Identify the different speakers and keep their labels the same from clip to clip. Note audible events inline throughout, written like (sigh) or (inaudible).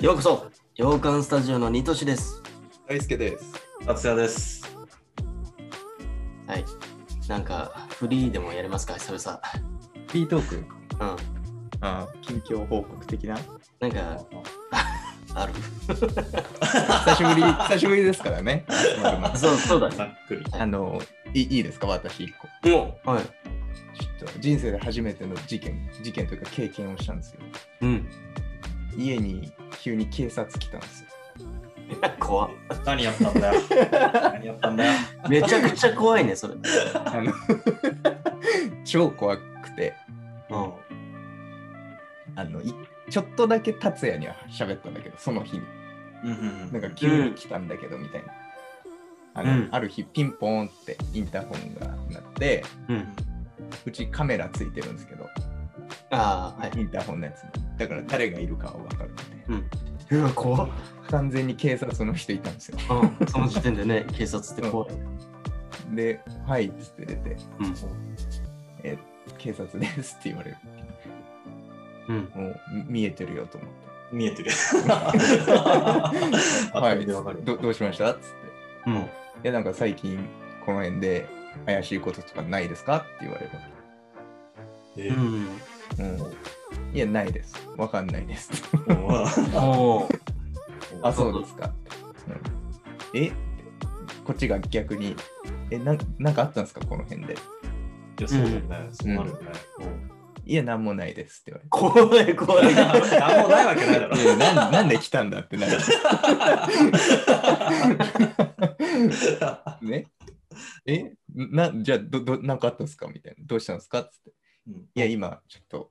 Speaker 1: ようこそ洋館スタジオのニトシです
Speaker 2: 大輔です。
Speaker 3: 達也です。
Speaker 1: はいなんかフリーでもやりますか久々
Speaker 4: フリートーク
Speaker 1: うん
Speaker 2: ああ
Speaker 4: 近況報告的な
Speaker 1: なんか (laughs) ある
Speaker 2: 久し
Speaker 4: (laughs)
Speaker 2: ぶり、久しぶりですからね。僕も
Speaker 1: (laughs) そうそうだ
Speaker 3: ざ
Speaker 1: ね
Speaker 3: っくり。
Speaker 4: あの、
Speaker 2: いいいですか、私一個。
Speaker 3: も
Speaker 1: はい
Speaker 2: ちょっと人生で初めての事件、事件というか経験をしたんですよ。
Speaker 1: うん
Speaker 2: 家に急に警察来たんですよ。
Speaker 1: 怖っ
Speaker 3: う何やったん (laughs) だよ。何やったんだよ。
Speaker 1: めちゃくちゃ怖いねそ (laughs) れう
Speaker 2: あの超怖くて、
Speaker 1: ん
Speaker 2: あのいちょっとだけ達也には喋ったんだけど、その日に。
Speaker 3: うん
Speaker 2: なんか急に来たんだけど、みたいな。あの
Speaker 1: うん
Speaker 2: ある日、ピンポーンってインターホンが鳴って、
Speaker 1: うん
Speaker 2: うちカメラついてるんですけど、
Speaker 1: ああはい
Speaker 2: インターホンのやつに。だから誰がいるかは分かるみたい
Speaker 1: う
Speaker 2: な。
Speaker 1: わ怖っ
Speaker 2: 完全に警察の人いたんですよ。
Speaker 1: うんその時点でね警察って怖い
Speaker 2: で、はいっつって出て、
Speaker 1: うん
Speaker 2: え警察ですって言われる。
Speaker 1: うん
Speaker 2: もうみ見えてるよと思
Speaker 1: (laughs)
Speaker 2: って。
Speaker 3: 見えて (laughs) る。
Speaker 2: は、
Speaker 3: はい
Speaker 2: どどうしましたっつっ
Speaker 1: うん
Speaker 2: て。いや、なんか最近この辺で怪しいこととかないですかって言われるわ
Speaker 3: え
Speaker 1: う
Speaker 3: ー
Speaker 1: ん
Speaker 2: け。うんいや、ないです。わかんな
Speaker 1: (laughs)
Speaker 2: いです。
Speaker 3: も
Speaker 1: おお
Speaker 3: う
Speaker 2: あ、そうですか。うん、えこっちが逆に、え、なんなんかあったんですかこの辺で。
Speaker 3: いやそうだよね。そうなるよね。
Speaker 2: いや、なんもないですって言われて。
Speaker 1: 怖い怖い
Speaker 3: 何もないわけないだろ。
Speaker 2: いやなん (laughs) なんで来たんだってなる。 (laughs) ねえなじゃあどどなんかあったんですかみたいなどうしたんですかっつって
Speaker 3: うん
Speaker 2: いや今ちょっと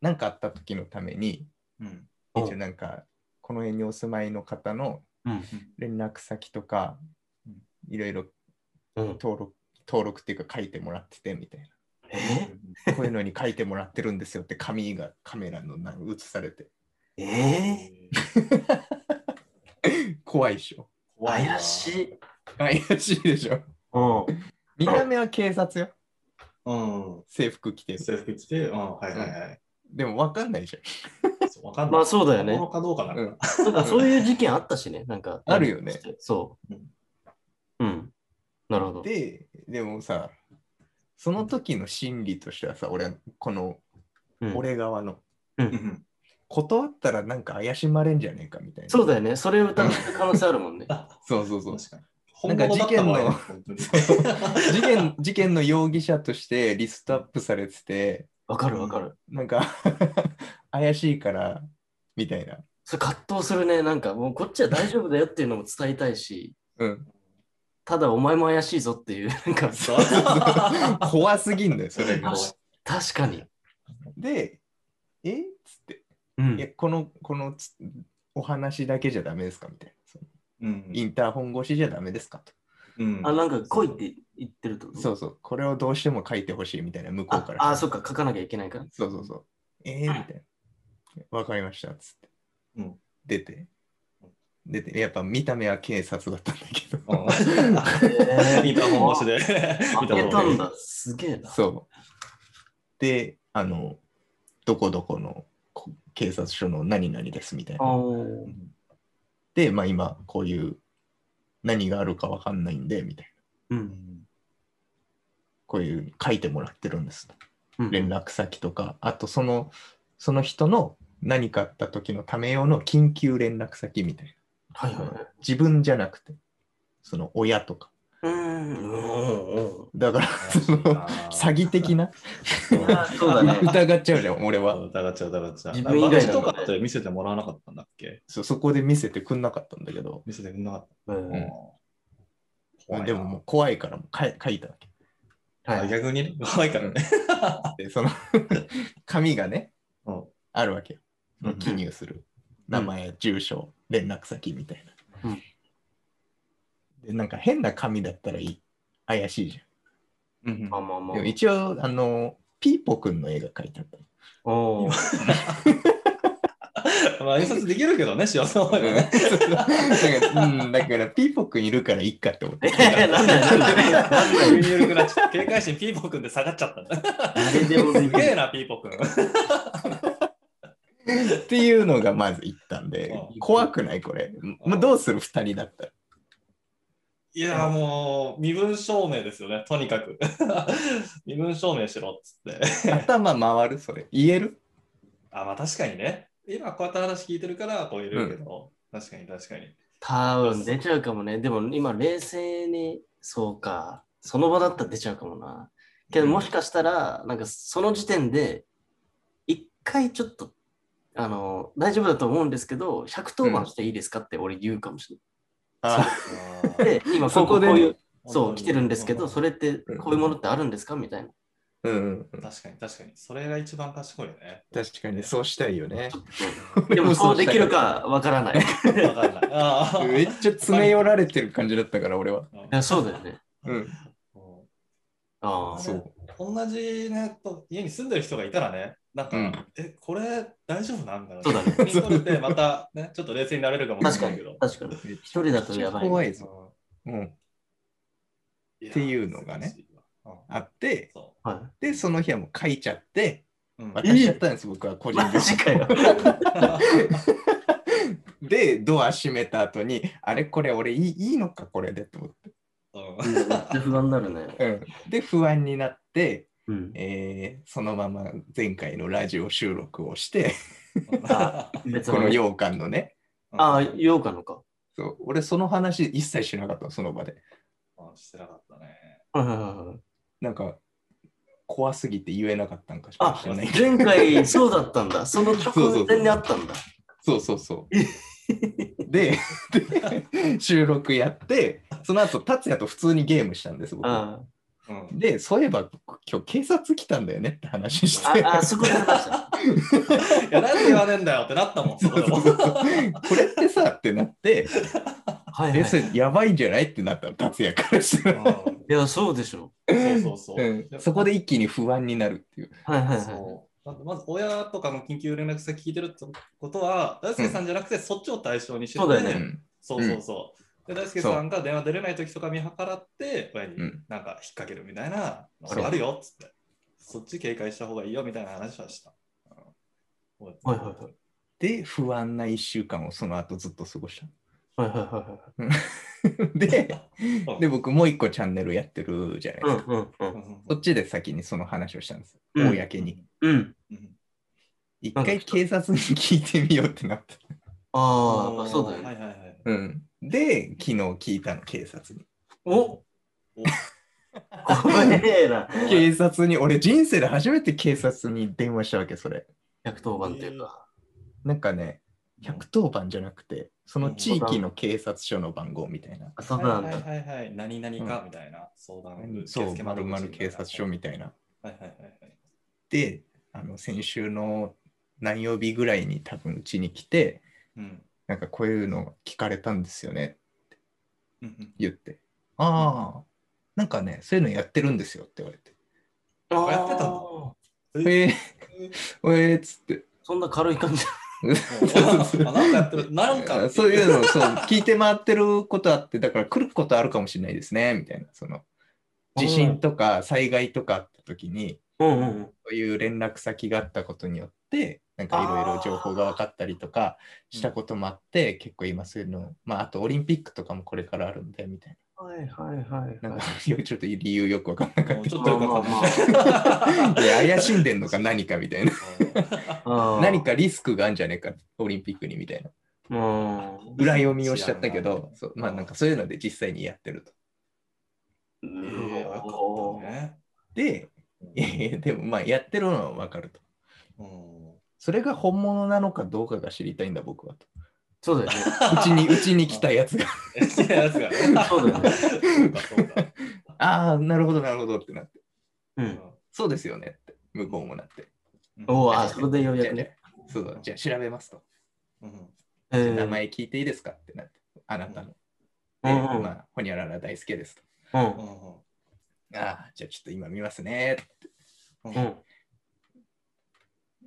Speaker 2: なんかあった時のために
Speaker 3: うん
Speaker 1: うん
Speaker 2: 一応なんかこの辺にお住まいの方の
Speaker 1: うん
Speaker 2: 連絡先とか
Speaker 3: うん
Speaker 2: いろいろ
Speaker 1: (laughs) うん
Speaker 2: 登録登録っていうか書いてもらっててみたい
Speaker 1: え
Speaker 2: なこういうのに書いてもらってるんですよって紙がカメラのな映されて
Speaker 1: え
Speaker 2: 怖いでしょ
Speaker 1: ー、
Speaker 3: 怖い
Speaker 1: 怪しい
Speaker 2: 怪しいでしょ
Speaker 1: うん
Speaker 2: 見た目は警察よ
Speaker 3: うん。
Speaker 2: 制服着てる
Speaker 3: 制服着て、うん、はいはいはい。
Speaker 2: でも分かんないじゃ、
Speaker 3: そうわかんない。
Speaker 1: まあそうだよね
Speaker 3: 本物かどうかなん
Speaker 2: うん
Speaker 3: か。、
Speaker 1: なんかそういう事件あったしね、なんか。
Speaker 2: あるよね。
Speaker 1: そう。うん。なるほど。
Speaker 2: で、でもさ、その時の心理としてはさ、俺は、この、
Speaker 1: うん、
Speaker 2: 俺側の、
Speaker 3: うん
Speaker 2: 断ったらなんか怪しまれんじゃねえかみたいな。
Speaker 1: そうだよね。それを疑った可能性あるもんね。
Speaker 2: そうそうそう。
Speaker 3: 確かに。
Speaker 2: なんか事件の
Speaker 3: 本物だった場合は本当に
Speaker 2: 事件、事件の容疑者としてリストアップされてて、
Speaker 1: わかるわかる。
Speaker 2: なんか、 (laughs) 怪しいから、みたいな。
Speaker 1: それ葛藤するね。なんかもうこっちは大丈夫だよっていうのも伝えたいし、
Speaker 2: うん。 (laughs)
Speaker 1: ただお前も怪しいぞっていう、なんか、
Speaker 3: (laughs) そう
Speaker 2: 怖すぎんだよ、それが
Speaker 1: あ。確かに。
Speaker 2: で、えっつって、
Speaker 1: う
Speaker 2: いや
Speaker 1: ん。
Speaker 2: この、このつお話だけじゃダメですかみたいな。その
Speaker 3: うん
Speaker 2: インターホン越しじゃダメですかと。
Speaker 3: うん
Speaker 1: あ、なんか来いって言ってるってこと
Speaker 2: そうそう、これをどうしても書いてほしいみたいな、向こう
Speaker 1: あ
Speaker 2: から。
Speaker 1: あ、そっか、書かなきゃいけない
Speaker 2: (laughs)
Speaker 1: から。
Speaker 2: そうそうそう。えー、みたいな。わかりました、つって。
Speaker 3: うん
Speaker 2: 出て。出て、やっぱ見た目は警察だったんだけ
Speaker 3: う
Speaker 2: ど。
Speaker 3: ん
Speaker 1: え
Speaker 3: インター (laughs) ホン越しで。
Speaker 1: 負
Speaker 3: 見た
Speaker 1: けた
Speaker 3: 方がい
Speaker 1: ん
Speaker 3: い
Speaker 1: だ。すげえな。
Speaker 2: (laughs) そう。で、あの、どこどこのこ警察署の何々ですみたい
Speaker 1: あ
Speaker 2: な。
Speaker 1: ー
Speaker 2: で、まあ今、こういう何があるかわかんないんで、みたいな。
Speaker 1: うん。
Speaker 2: こういう書いてもらってるんです。
Speaker 1: うん
Speaker 2: 連絡先とか、あとその、その人の何かあった時のため用の緊急連絡先みたいな。
Speaker 1: はいはいはい。
Speaker 2: 自分じゃなくて、その親とか。
Speaker 1: うーん。うん
Speaker 2: だから、その詐欺的な
Speaker 1: うんあそうだ
Speaker 2: (laughs)
Speaker 1: ね。
Speaker 2: 疑っちゃうじゃん、俺は。
Speaker 3: 疑っちゃう疑っちゃう。
Speaker 1: 自分以外
Speaker 3: 私
Speaker 1: の
Speaker 3: とかって見せてもらわなかったんだっけ
Speaker 2: そそこで見せてくんなかったんだけど、
Speaker 3: 見せてくれなかっ
Speaker 1: うん
Speaker 3: た。
Speaker 2: ん
Speaker 3: 怖いな
Speaker 2: でももう怖いからもう書い書いたわ
Speaker 3: あ逆にね (laughs) 怖いからね。
Speaker 2: け。で、その (laughs) 紙がね、
Speaker 3: うん
Speaker 2: あるわけよ。その
Speaker 3: うん
Speaker 2: 記入する。名前、住所、連絡先みたいな。
Speaker 1: うん
Speaker 2: で、なんか変な紙だったらいい怪しいじゃん。
Speaker 3: うん
Speaker 1: まあまあまあ
Speaker 2: でも。一応、あの、ピーポくんの絵が描いてあった。
Speaker 1: おー
Speaker 3: まあ、印刷できるけどね、幸せな方
Speaker 2: (laughs)
Speaker 3: (laughs) ね。
Speaker 2: だから、うん、だからピーポくんいるからいいかって思っ
Speaker 1: え
Speaker 2: て。
Speaker 1: ーなんだよ、なんだよ。
Speaker 3: 急に緩くなっちゃった警戒心ピーポくんで下がっちゃったんだ。
Speaker 1: 誰でもですき
Speaker 3: げ
Speaker 1: る。
Speaker 3: えな、ピーポくん。
Speaker 2: っていうのがまず言ったんで
Speaker 3: う、ん
Speaker 2: 怖くないこれ。もうどうする二人だったら。
Speaker 3: いや、もう、身分証明ですよね、とにかく。 (laughs) 身分証明しろっつって。
Speaker 2: 頭回るそれ。言える
Speaker 3: あ、まあ確かにね。今こうやって話聞いてるから、こう言えるけど、確かに確かに。
Speaker 1: 多分出ちゃうかもね。でも今冷静に、そうか。その場だったら出ちゃうかもな。けどもしかしたら、なんかその時点で、一回ちょっと、あの、大丈夫だと思うんですけど、110番していいですかって俺言うかもしれ
Speaker 2: あ
Speaker 1: (laughs) ない。で、今ここ
Speaker 2: そこで
Speaker 1: で
Speaker 2: ね
Speaker 1: こういう、そう、来てるんですけど、そ
Speaker 3: れ。
Speaker 1: れってこういうものってあるんですかみたいな。
Speaker 2: うんうん。
Speaker 3: 確かに確かに。それが一番賢いよね。
Speaker 2: 確かにそうしたいよね。
Speaker 1: でもそうできる
Speaker 2: ら。
Speaker 1: かわからない。
Speaker 3: わかん
Speaker 1: (laughs)
Speaker 3: ない。ああ
Speaker 2: めっちゃ詰め寄られてる感じだったから、俺は。
Speaker 1: いやそうだよね。
Speaker 2: うん。
Speaker 3: も
Speaker 1: あ
Speaker 3: う
Speaker 1: あ。
Speaker 2: そう。
Speaker 3: 同じねと家に住んでる人がいたらね、なんか、
Speaker 2: うん
Speaker 3: え、これ大丈夫なんだろう
Speaker 1: そうだね
Speaker 3: ピンポンってまたね、ちょっと冷静になれるかもし
Speaker 1: 確か
Speaker 3: れない
Speaker 1: に
Speaker 3: けど。、
Speaker 1: 確かに。
Speaker 2: 一
Speaker 1: 人だとやばい
Speaker 2: 怖いぞ。うん。
Speaker 3: っ
Speaker 2: っていうのがね。
Speaker 3: 難しいわうん
Speaker 2: あって、
Speaker 3: そ
Speaker 1: は
Speaker 2: で、その日はもう書いちゃって、
Speaker 1: (laughs)
Speaker 3: う。うん
Speaker 2: 渡しちゃったんです、僕は個
Speaker 1: い。
Speaker 2: 人
Speaker 1: マ
Speaker 2: 的
Speaker 1: ジかよ。
Speaker 2: に。で、ドア閉めた後に、あれこれ俺いいいいのかこれでって思っ
Speaker 3: うん
Speaker 1: めっちゃ不安になるね。
Speaker 2: て。うん。で、不安になって、
Speaker 1: うん。
Speaker 2: えーそのまま前回のラジオ収録をして、
Speaker 1: あ別
Speaker 2: この
Speaker 1: に。
Speaker 2: 羊羹のね、
Speaker 1: ああ、ようかのか。
Speaker 2: そう俺その話一切しなかったのその場で。
Speaker 3: うんしてなかったね。
Speaker 1: はいはいはいはい
Speaker 2: なんか、怖すぎて言えなかったんかし
Speaker 1: あ
Speaker 2: らないけど。
Speaker 1: 前回そうだったんだ。その直前にあったんだ。
Speaker 2: そうそうそう。で、で (laughs) 収録やって、その後、達也と普通にゲームしたんです、僕。
Speaker 1: あ
Speaker 3: うん
Speaker 2: で、そういえば、今日警察来たんだよねって話し
Speaker 1: あ
Speaker 2: て、
Speaker 1: あ、あそこで話した。
Speaker 3: いや、なんで言わねえんだよってなったもん、そこで
Speaker 2: (laughs)
Speaker 3: も。
Speaker 2: これってさってなって、
Speaker 1: はいはい
Speaker 2: え、それやばいんじゃないってなったの、達也からしたら。。
Speaker 1: いや、そうでしょ。
Speaker 3: うんそ
Speaker 1: (laughs)
Speaker 3: うそうそううん
Speaker 2: そこで一気に不安になるっていう。
Speaker 1: はいはいはい。
Speaker 3: そうなんかまず親とかの緊急連絡先聞いてるってことは、大輔さんじゃなくて、そっちを対象にしてて、
Speaker 1: そうだよ
Speaker 2: う
Speaker 1: ね
Speaker 2: ん。
Speaker 3: そうそうそう。で、大輔さんが電話出れない時とか見計らって、親に
Speaker 2: うん
Speaker 3: なんか引っ掛けるみたいな、
Speaker 2: そう
Speaker 3: あるよっつって、そっち警戒した方がいいよみたいな話はした。うん
Speaker 1: はいはいはい
Speaker 2: で、不安な1週間をその後ずっと過ごした。
Speaker 1: はいはいはいはい。 (laughs)
Speaker 2: で、
Speaker 3: うん
Speaker 2: で僕もう一個チャンネルやってるじゃないで
Speaker 1: う
Speaker 2: す
Speaker 1: ん
Speaker 2: か。
Speaker 1: うんう
Speaker 3: うん
Speaker 1: ん。
Speaker 2: そっちで先にその話をしたんです。
Speaker 1: うん
Speaker 2: 公に。
Speaker 1: うん。
Speaker 3: うん
Speaker 2: 一回警察に聞いてみようってなった。
Speaker 1: ああ、そうだよ
Speaker 3: は
Speaker 1: ね。
Speaker 3: いはいはい。
Speaker 2: うん、で、昨日聞いたの、警察に。
Speaker 1: お怖えな。
Speaker 2: 警察に、俺人生で初めて警察に電話したわけ、それ。
Speaker 1: 110番っていうか。
Speaker 2: なんかね、110番じゃなくて、その地域の警察署の番号みたいな。
Speaker 1: あ、そうなん
Speaker 3: はい
Speaker 1: だ。
Speaker 3: はいはいはい。何々かみたいな相談受
Speaker 2: そ
Speaker 3: 付
Speaker 2: う、まるまる警察署
Speaker 3: み
Speaker 2: みたいな。
Speaker 3: たいな。はいはいはいはい。
Speaker 2: で、あの先週の何曜日ぐらいに多分うちに来て、
Speaker 3: うん。
Speaker 2: なんかこういうの聞かれたんですよね、
Speaker 3: うんうん
Speaker 2: 言って。ああ、なんかね、そういうのやってるんですよって言われて。
Speaker 3: うやってた
Speaker 1: の
Speaker 2: えー、えー、っつって。
Speaker 1: そんな軽い感じ。
Speaker 3: あなんかやってる、なんか。
Speaker 2: そういうのそう聞いて回ってることあってだから来ることあるかもしれないですねみたいなその地震とか災害とかあった時に
Speaker 1: うんうんうん。
Speaker 2: そういう連絡先があったことによってなんかいろいろ情報が分かったりとかしたこともあって結構今そういうのまああとオリンピックとかもこれからあるんでみたい
Speaker 1: はいはいはい。
Speaker 2: ななんか (laughs) ちょっと理由よく分かんなか
Speaker 3: も
Speaker 2: っ
Speaker 3: うちょっ
Speaker 1: まあ
Speaker 3: とよく
Speaker 1: まあ
Speaker 3: わか
Speaker 1: ま
Speaker 3: んない。
Speaker 2: たいや怪しんでんのか何かみたいな
Speaker 1: あ。
Speaker 2: 何。かリスクがあるんじゃねえかオリンピックにみたいな
Speaker 1: うん。
Speaker 2: 裏読みをしちゃったけど
Speaker 3: うん
Speaker 2: そうまあなんかそういうので実際にやってると。
Speaker 3: ええよかったね。
Speaker 2: で、いやいやでもまあやってるのはわかると。
Speaker 3: うん
Speaker 2: それが本物なのかどうかが知りたいんだ僕はと。
Speaker 1: そうだよね。
Speaker 2: う
Speaker 1: (laughs)
Speaker 2: ちに、うちに来たやつが、
Speaker 3: えそうやつがね。
Speaker 1: そうだよね
Speaker 3: そうかそうか
Speaker 2: ああ、なるほどなるほどってなって、
Speaker 1: うん。
Speaker 2: そうですよねって、向こうもなって。
Speaker 3: うん
Speaker 1: (laughs) おうあ、それでようやく
Speaker 2: じゃ
Speaker 1: ね。
Speaker 2: あそうじゃあ調べますと。
Speaker 3: うん
Speaker 1: えー
Speaker 2: 名前聞いていいですかってなって、あなたの。
Speaker 1: う
Speaker 2: で、
Speaker 1: んうん
Speaker 2: まあ、ほにゃらら大好きですと。
Speaker 1: うん
Speaker 2: ああ、じゃあちょっと今見ますね。
Speaker 3: うん
Speaker 1: う
Speaker 3: うん
Speaker 1: ん。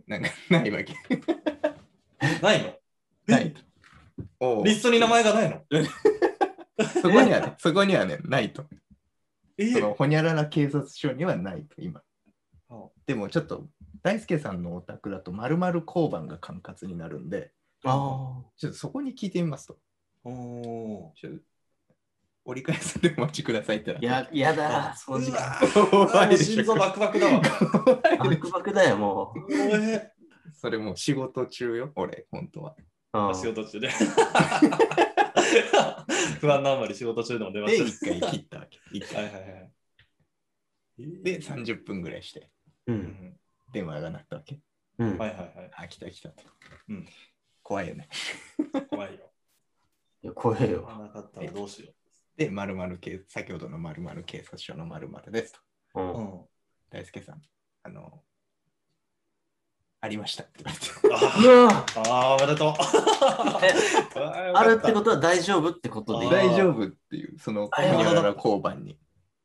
Speaker 2: なんかないわけ。
Speaker 3: ないの
Speaker 2: ないと。おう
Speaker 3: リストに名前がないの
Speaker 2: そこにはね、そこにはね、ないと。
Speaker 3: え
Speaker 2: そのほにゃらら警察署にはないと、今
Speaker 3: そ。
Speaker 2: でもちょっと大輔さんのお宅だと丸々交番が管轄になるんで、
Speaker 1: あ
Speaker 2: ちょっとそこに聞いてみますと。
Speaker 3: おー
Speaker 2: ちょ折り返されてお待ちくださいってなっ
Speaker 1: あ。
Speaker 2: て
Speaker 1: いや、やだ、その時
Speaker 3: うわ
Speaker 1: 間。
Speaker 3: ー
Speaker 2: 怖い
Speaker 3: も
Speaker 2: で
Speaker 3: う
Speaker 2: しょ
Speaker 3: 心臓バクバ
Speaker 2: (laughs)
Speaker 3: クだわ。
Speaker 1: バクバクだよ、もう。
Speaker 3: 怖え
Speaker 2: それもう仕事中よ、俺、本当は。
Speaker 1: うん
Speaker 3: 仕事中で。不安なあまり仕事中でも出ま
Speaker 2: で、
Speaker 3: し
Speaker 2: 一回切ったわけ。一
Speaker 3: た。はい
Speaker 2: 回
Speaker 3: はいはい。
Speaker 2: で、30分ぐらいして、
Speaker 1: う。
Speaker 3: うんん
Speaker 2: 電話が鳴ったわけ。
Speaker 1: うん
Speaker 3: はいはいはい。
Speaker 2: あ、来た来たと。
Speaker 3: うん
Speaker 2: 怖いよね。
Speaker 3: 怖いよ。
Speaker 1: いや怖えよ。
Speaker 3: なかったらどうしよ
Speaker 2: で、まるまる警先ほどのまるまる警察署のまるまるですと。
Speaker 1: う。
Speaker 3: う。うんん。
Speaker 2: 大輔さん、あの、ありましたって言われて。
Speaker 3: あ
Speaker 1: うわ
Speaker 3: ーあー、おめでとう。あ
Speaker 1: あるってことは大丈夫ってことでいい
Speaker 3: あー
Speaker 2: 大丈夫っていう、その、
Speaker 1: あれは
Speaker 2: ほにゃらら交番に。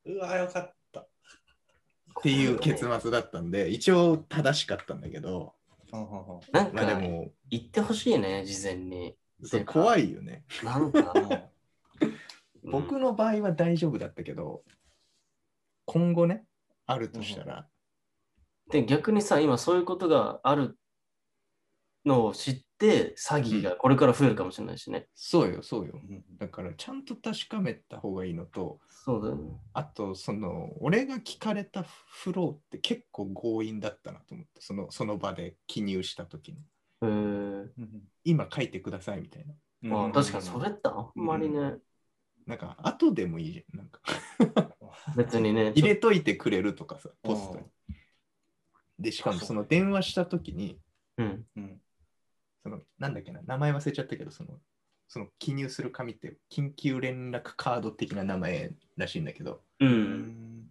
Speaker 3: うわ、よかった。
Speaker 2: っていう結末だったんで、一応正しかったんだけど、
Speaker 1: なん
Speaker 2: ま
Speaker 1: か
Speaker 2: あでも、
Speaker 1: 言ってほしいね、事前に。
Speaker 2: そう怖いよね。
Speaker 1: なん (laughs) かもう。
Speaker 2: 僕
Speaker 1: うん
Speaker 2: の場合は大丈夫だったけど、今後ね、あるとしたら、
Speaker 1: で逆にさ、今そういうことがあるのを知って、詐欺がこれから増えるかもしれないしね。
Speaker 2: そうよ、そうよ。
Speaker 3: うん
Speaker 2: だから、ちゃんと確かめた方がいいのと、
Speaker 1: そうだよね。
Speaker 2: あと、その、俺が聞かれたフローって結構強引だったなと思って、そのその場で記入した時に、
Speaker 1: えー
Speaker 2: 今書いてくださいみたいな。
Speaker 1: まあ確かにそれってあんまりね、
Speaker 2: なんか、後でもいいじゃん。なんか、
Speaker 1: 別にね、
Speaker 2: 入れといてくれるとかさ、ポストに
Speaker 3: う。
Speaker 2: で、しかもその電話した時に、
Speaker 1: うん、
Speaker 3: うん
Speaker 2: その、なんだっけな、名前忘れちゃったけど、その、その記入する紙って、緊急連絡カード的な名前らしいんだけど、
Speaker 1: う、
Speaker 3: うんん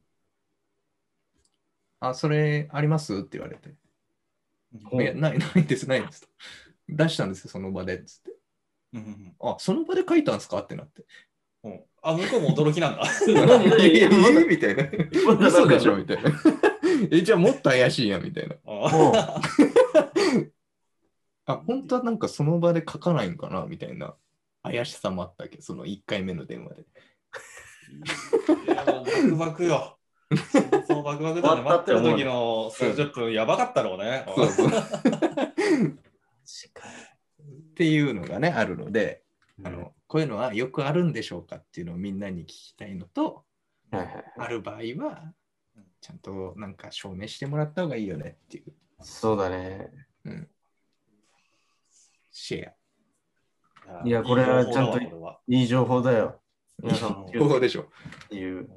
Speaker 2: あ、それありますって言われて、
Speaker 1: ほう
Speaker 2: いや、ない、ないです、ないですと。出したんですよ、その場で、つって。
Speaker 3: うん
Speaker 2: あ、その場で書いたんですかってなって。
Speaker 3: うんあ、向こうも驚きなんだ。
Speaker 1: 何何
Speaker 2: ええ
Speaker 1: まだ
Speaker 2: み (laughs) たいな。
Speaker 1: まだ
Speaker 2: (laughs) 嘘でしょみたいな。 (laughs) え、じゃあもっと怪しいやんみたいな。
Speaker 1: もう
Speaker 2: あ、本当はなんかその場で書かないんかなみたいな怪しさもあったけど、その1回目の電話で。
Speaker 3: いやもうバクバクよ。そうバクバクだね。
Speaker 1: 終わっ
Speaker 3: 待ったて
Speaker 1: って
Speaker 3: る
Speaker 1: 思う
Speaker 3: 時の数十分やばかったろうね。
Speaker 2: そうそう。っ
Speaker 1: 確か
Speaker 2: ていうのがね、あるので、
Speaker 1: に
Speaker 2: (laughs) あの、こういうのはよくあるんでしょうかっていうのをみんなに聞きたいのと、
Speaker 1: はいはい、
Speaker 2: ある場合は、ちゃんとなんか証明してもらった方がいいよねっていう
Speaker 1: そうだね。
Speaker 2: シェア。
Speaker 1: いやこれはちゃんと
Speaker 3: いい情報だわこ
Speaker 1: いい情報だよ。
Speaker 2: いい
Speaker 3: 情報
Speaker 2: 情報でしょ。
Speaker 1: っていう。
Speaker 3: れは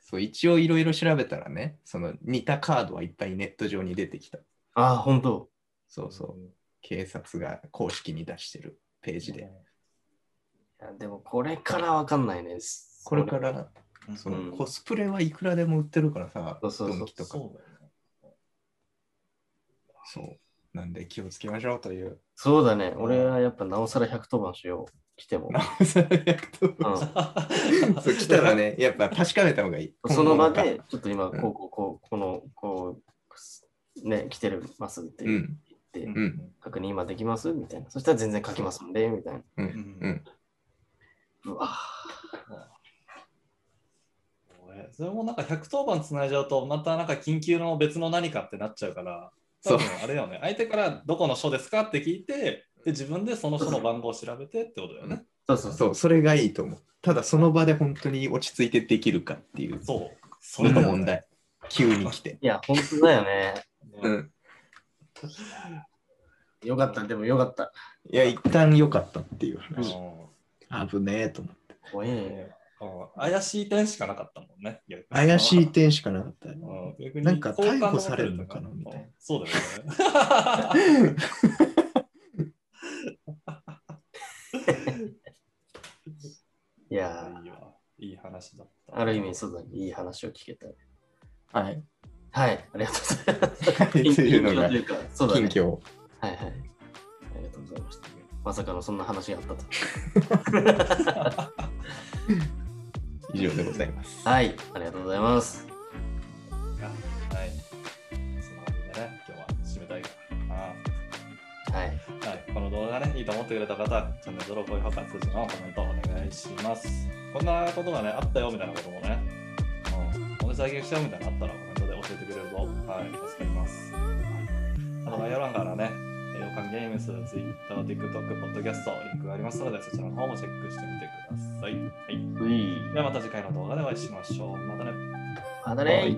Speaker 2: そう一応いろいろ調べたらね、その似たカードはいっぱいネット上に出てきた。
Speaker 1: ああ、本当。
Speaker 2: そうそう。警察が公式に出してるページで。
Speaker 1: いやでもこれからわかんないね。
Speaker 2: これから、
Speaker 3: うん
Speaker 2: そ
Speaker 1: うん
Speaker 2: のコスプレはいくらでも売ってるからさ、
Speaker 1: そうそうそう
Speaker 2: ドンキとか。
Speaker 3: そうだよね
Speaker 2: そう。なんで気をつけましょうという。
Speaker 1: そうだね。俺はやっぱなおさら110番しよう。来て
Speaker 2: (laughs)
Speaker 1: も。
Speaker 2: なおさら110
Speaker 1: う
Speaker 2: 番
Speaker 1: ん、
Speaker 2: そう来たらね、やっぱ確かめた方がいい。
Speaker 1: (laughs) その場
Speaker 2: 本物
Speaker 1: で、ちょっと今、こう、こう、こう、この、こう、ね、来てるますって
Speaker 2: か。う
Speaker 1: 言っ
Speaker 2: ん。
Speaker 1: て、
Speaker 3: うん
Speaker 2: うん
Speaker 1: 確認今できますみたいな。そしたら全然書きますんで、みたいな。
Speaker 2: う。
Speaker 3: うん
Speaker 2: うんん。
Speaker 1: うわ
Speaker 3: 俺それもなんか110番つないじゃうと、またなんか緊急の別の何かってなっちゃうから、
Speaker 2: そ
Speaker 3: 多
Speaker 2: う
Speaker 3: 分あれだよね、相手からどこの署ですかって聞いて、で自分でその署の番号を調べてってことだよね。
Speaker 1: そうそうそう。
Speaker 2: そう、それがいいと思う。ただその場で本当に落ち着いてできるかっていう
Speaker 3: そう、そ
Speaker 2: の
Speaker 3: れ
Speaker 2: が
Speaker 3: だよ
Speaker 2: 問
Speaker 3: ね。
Speaker 2: 題。急に来て。
Speaker 1: いや、本当だよね。
Speaker 2: うん。
Speaker 1: (laughs) よかった、でもよかった。
Speaker 2: いや、一旦良かったっていう
Speaker 3: うん
Speaker 2: 話。危ねえと思う。
Speaker 1: 怖えよ。
Speaker 3: うん怪しい点しかなかったもんね。
Speaker 2: 怪しい点しかなかった。
Speaker 3: うん。
Speaker 2: なんか逮捕されるのかなみたいな
Speaker 3: うんそうだよね。
Speaker 1: いや
Speaker 3: (laughs) いいわ。いい話だっ
Speaker 1: ー、
Speaker 3: た。
Speaker 1: ある意味、そうだね。いい話を聞けた。
Speaker 2: (laughs) はい。
Speaker 1: はい、ありがとうございます。
Speaker 2: っていうのが
Speaker 1: (laughs) 緊急というか、そうだ
Speaker 2: 近
Speaker 1: ね。
Speaker 2: 況。
Speaker 1: はいはい。ありがとうございました。まさかのそんな話があったと。
Speaker 2: 以上でございます。
Speaker 1: はい、ありがとうございます。
Speaker 3: はい。そんな感じでね、今日は締めたいから。あ
Speaker 1: はい。
Speaker 3: ーはい、この動画がね、いいと思ってくれた方は、チャンネル登録、高評価、通知のコメントお願いします。こんなことがね、あったよみたいなこともね、うん、俺最近しちゃうみたいなのあったらコメントで教えてくれると、はい、助かります。はいながらね、えー、おかんゲームス、Twitter、TikTok、ポッドキャスト、リンクがありますので、そちらの方もチェックしてみてください。はい。
Speaker 1: うい。
Speaker 3: ではまた次回の動画でお会いしましょう。またね。
Speaker 1: まだね
Speaker 2: はい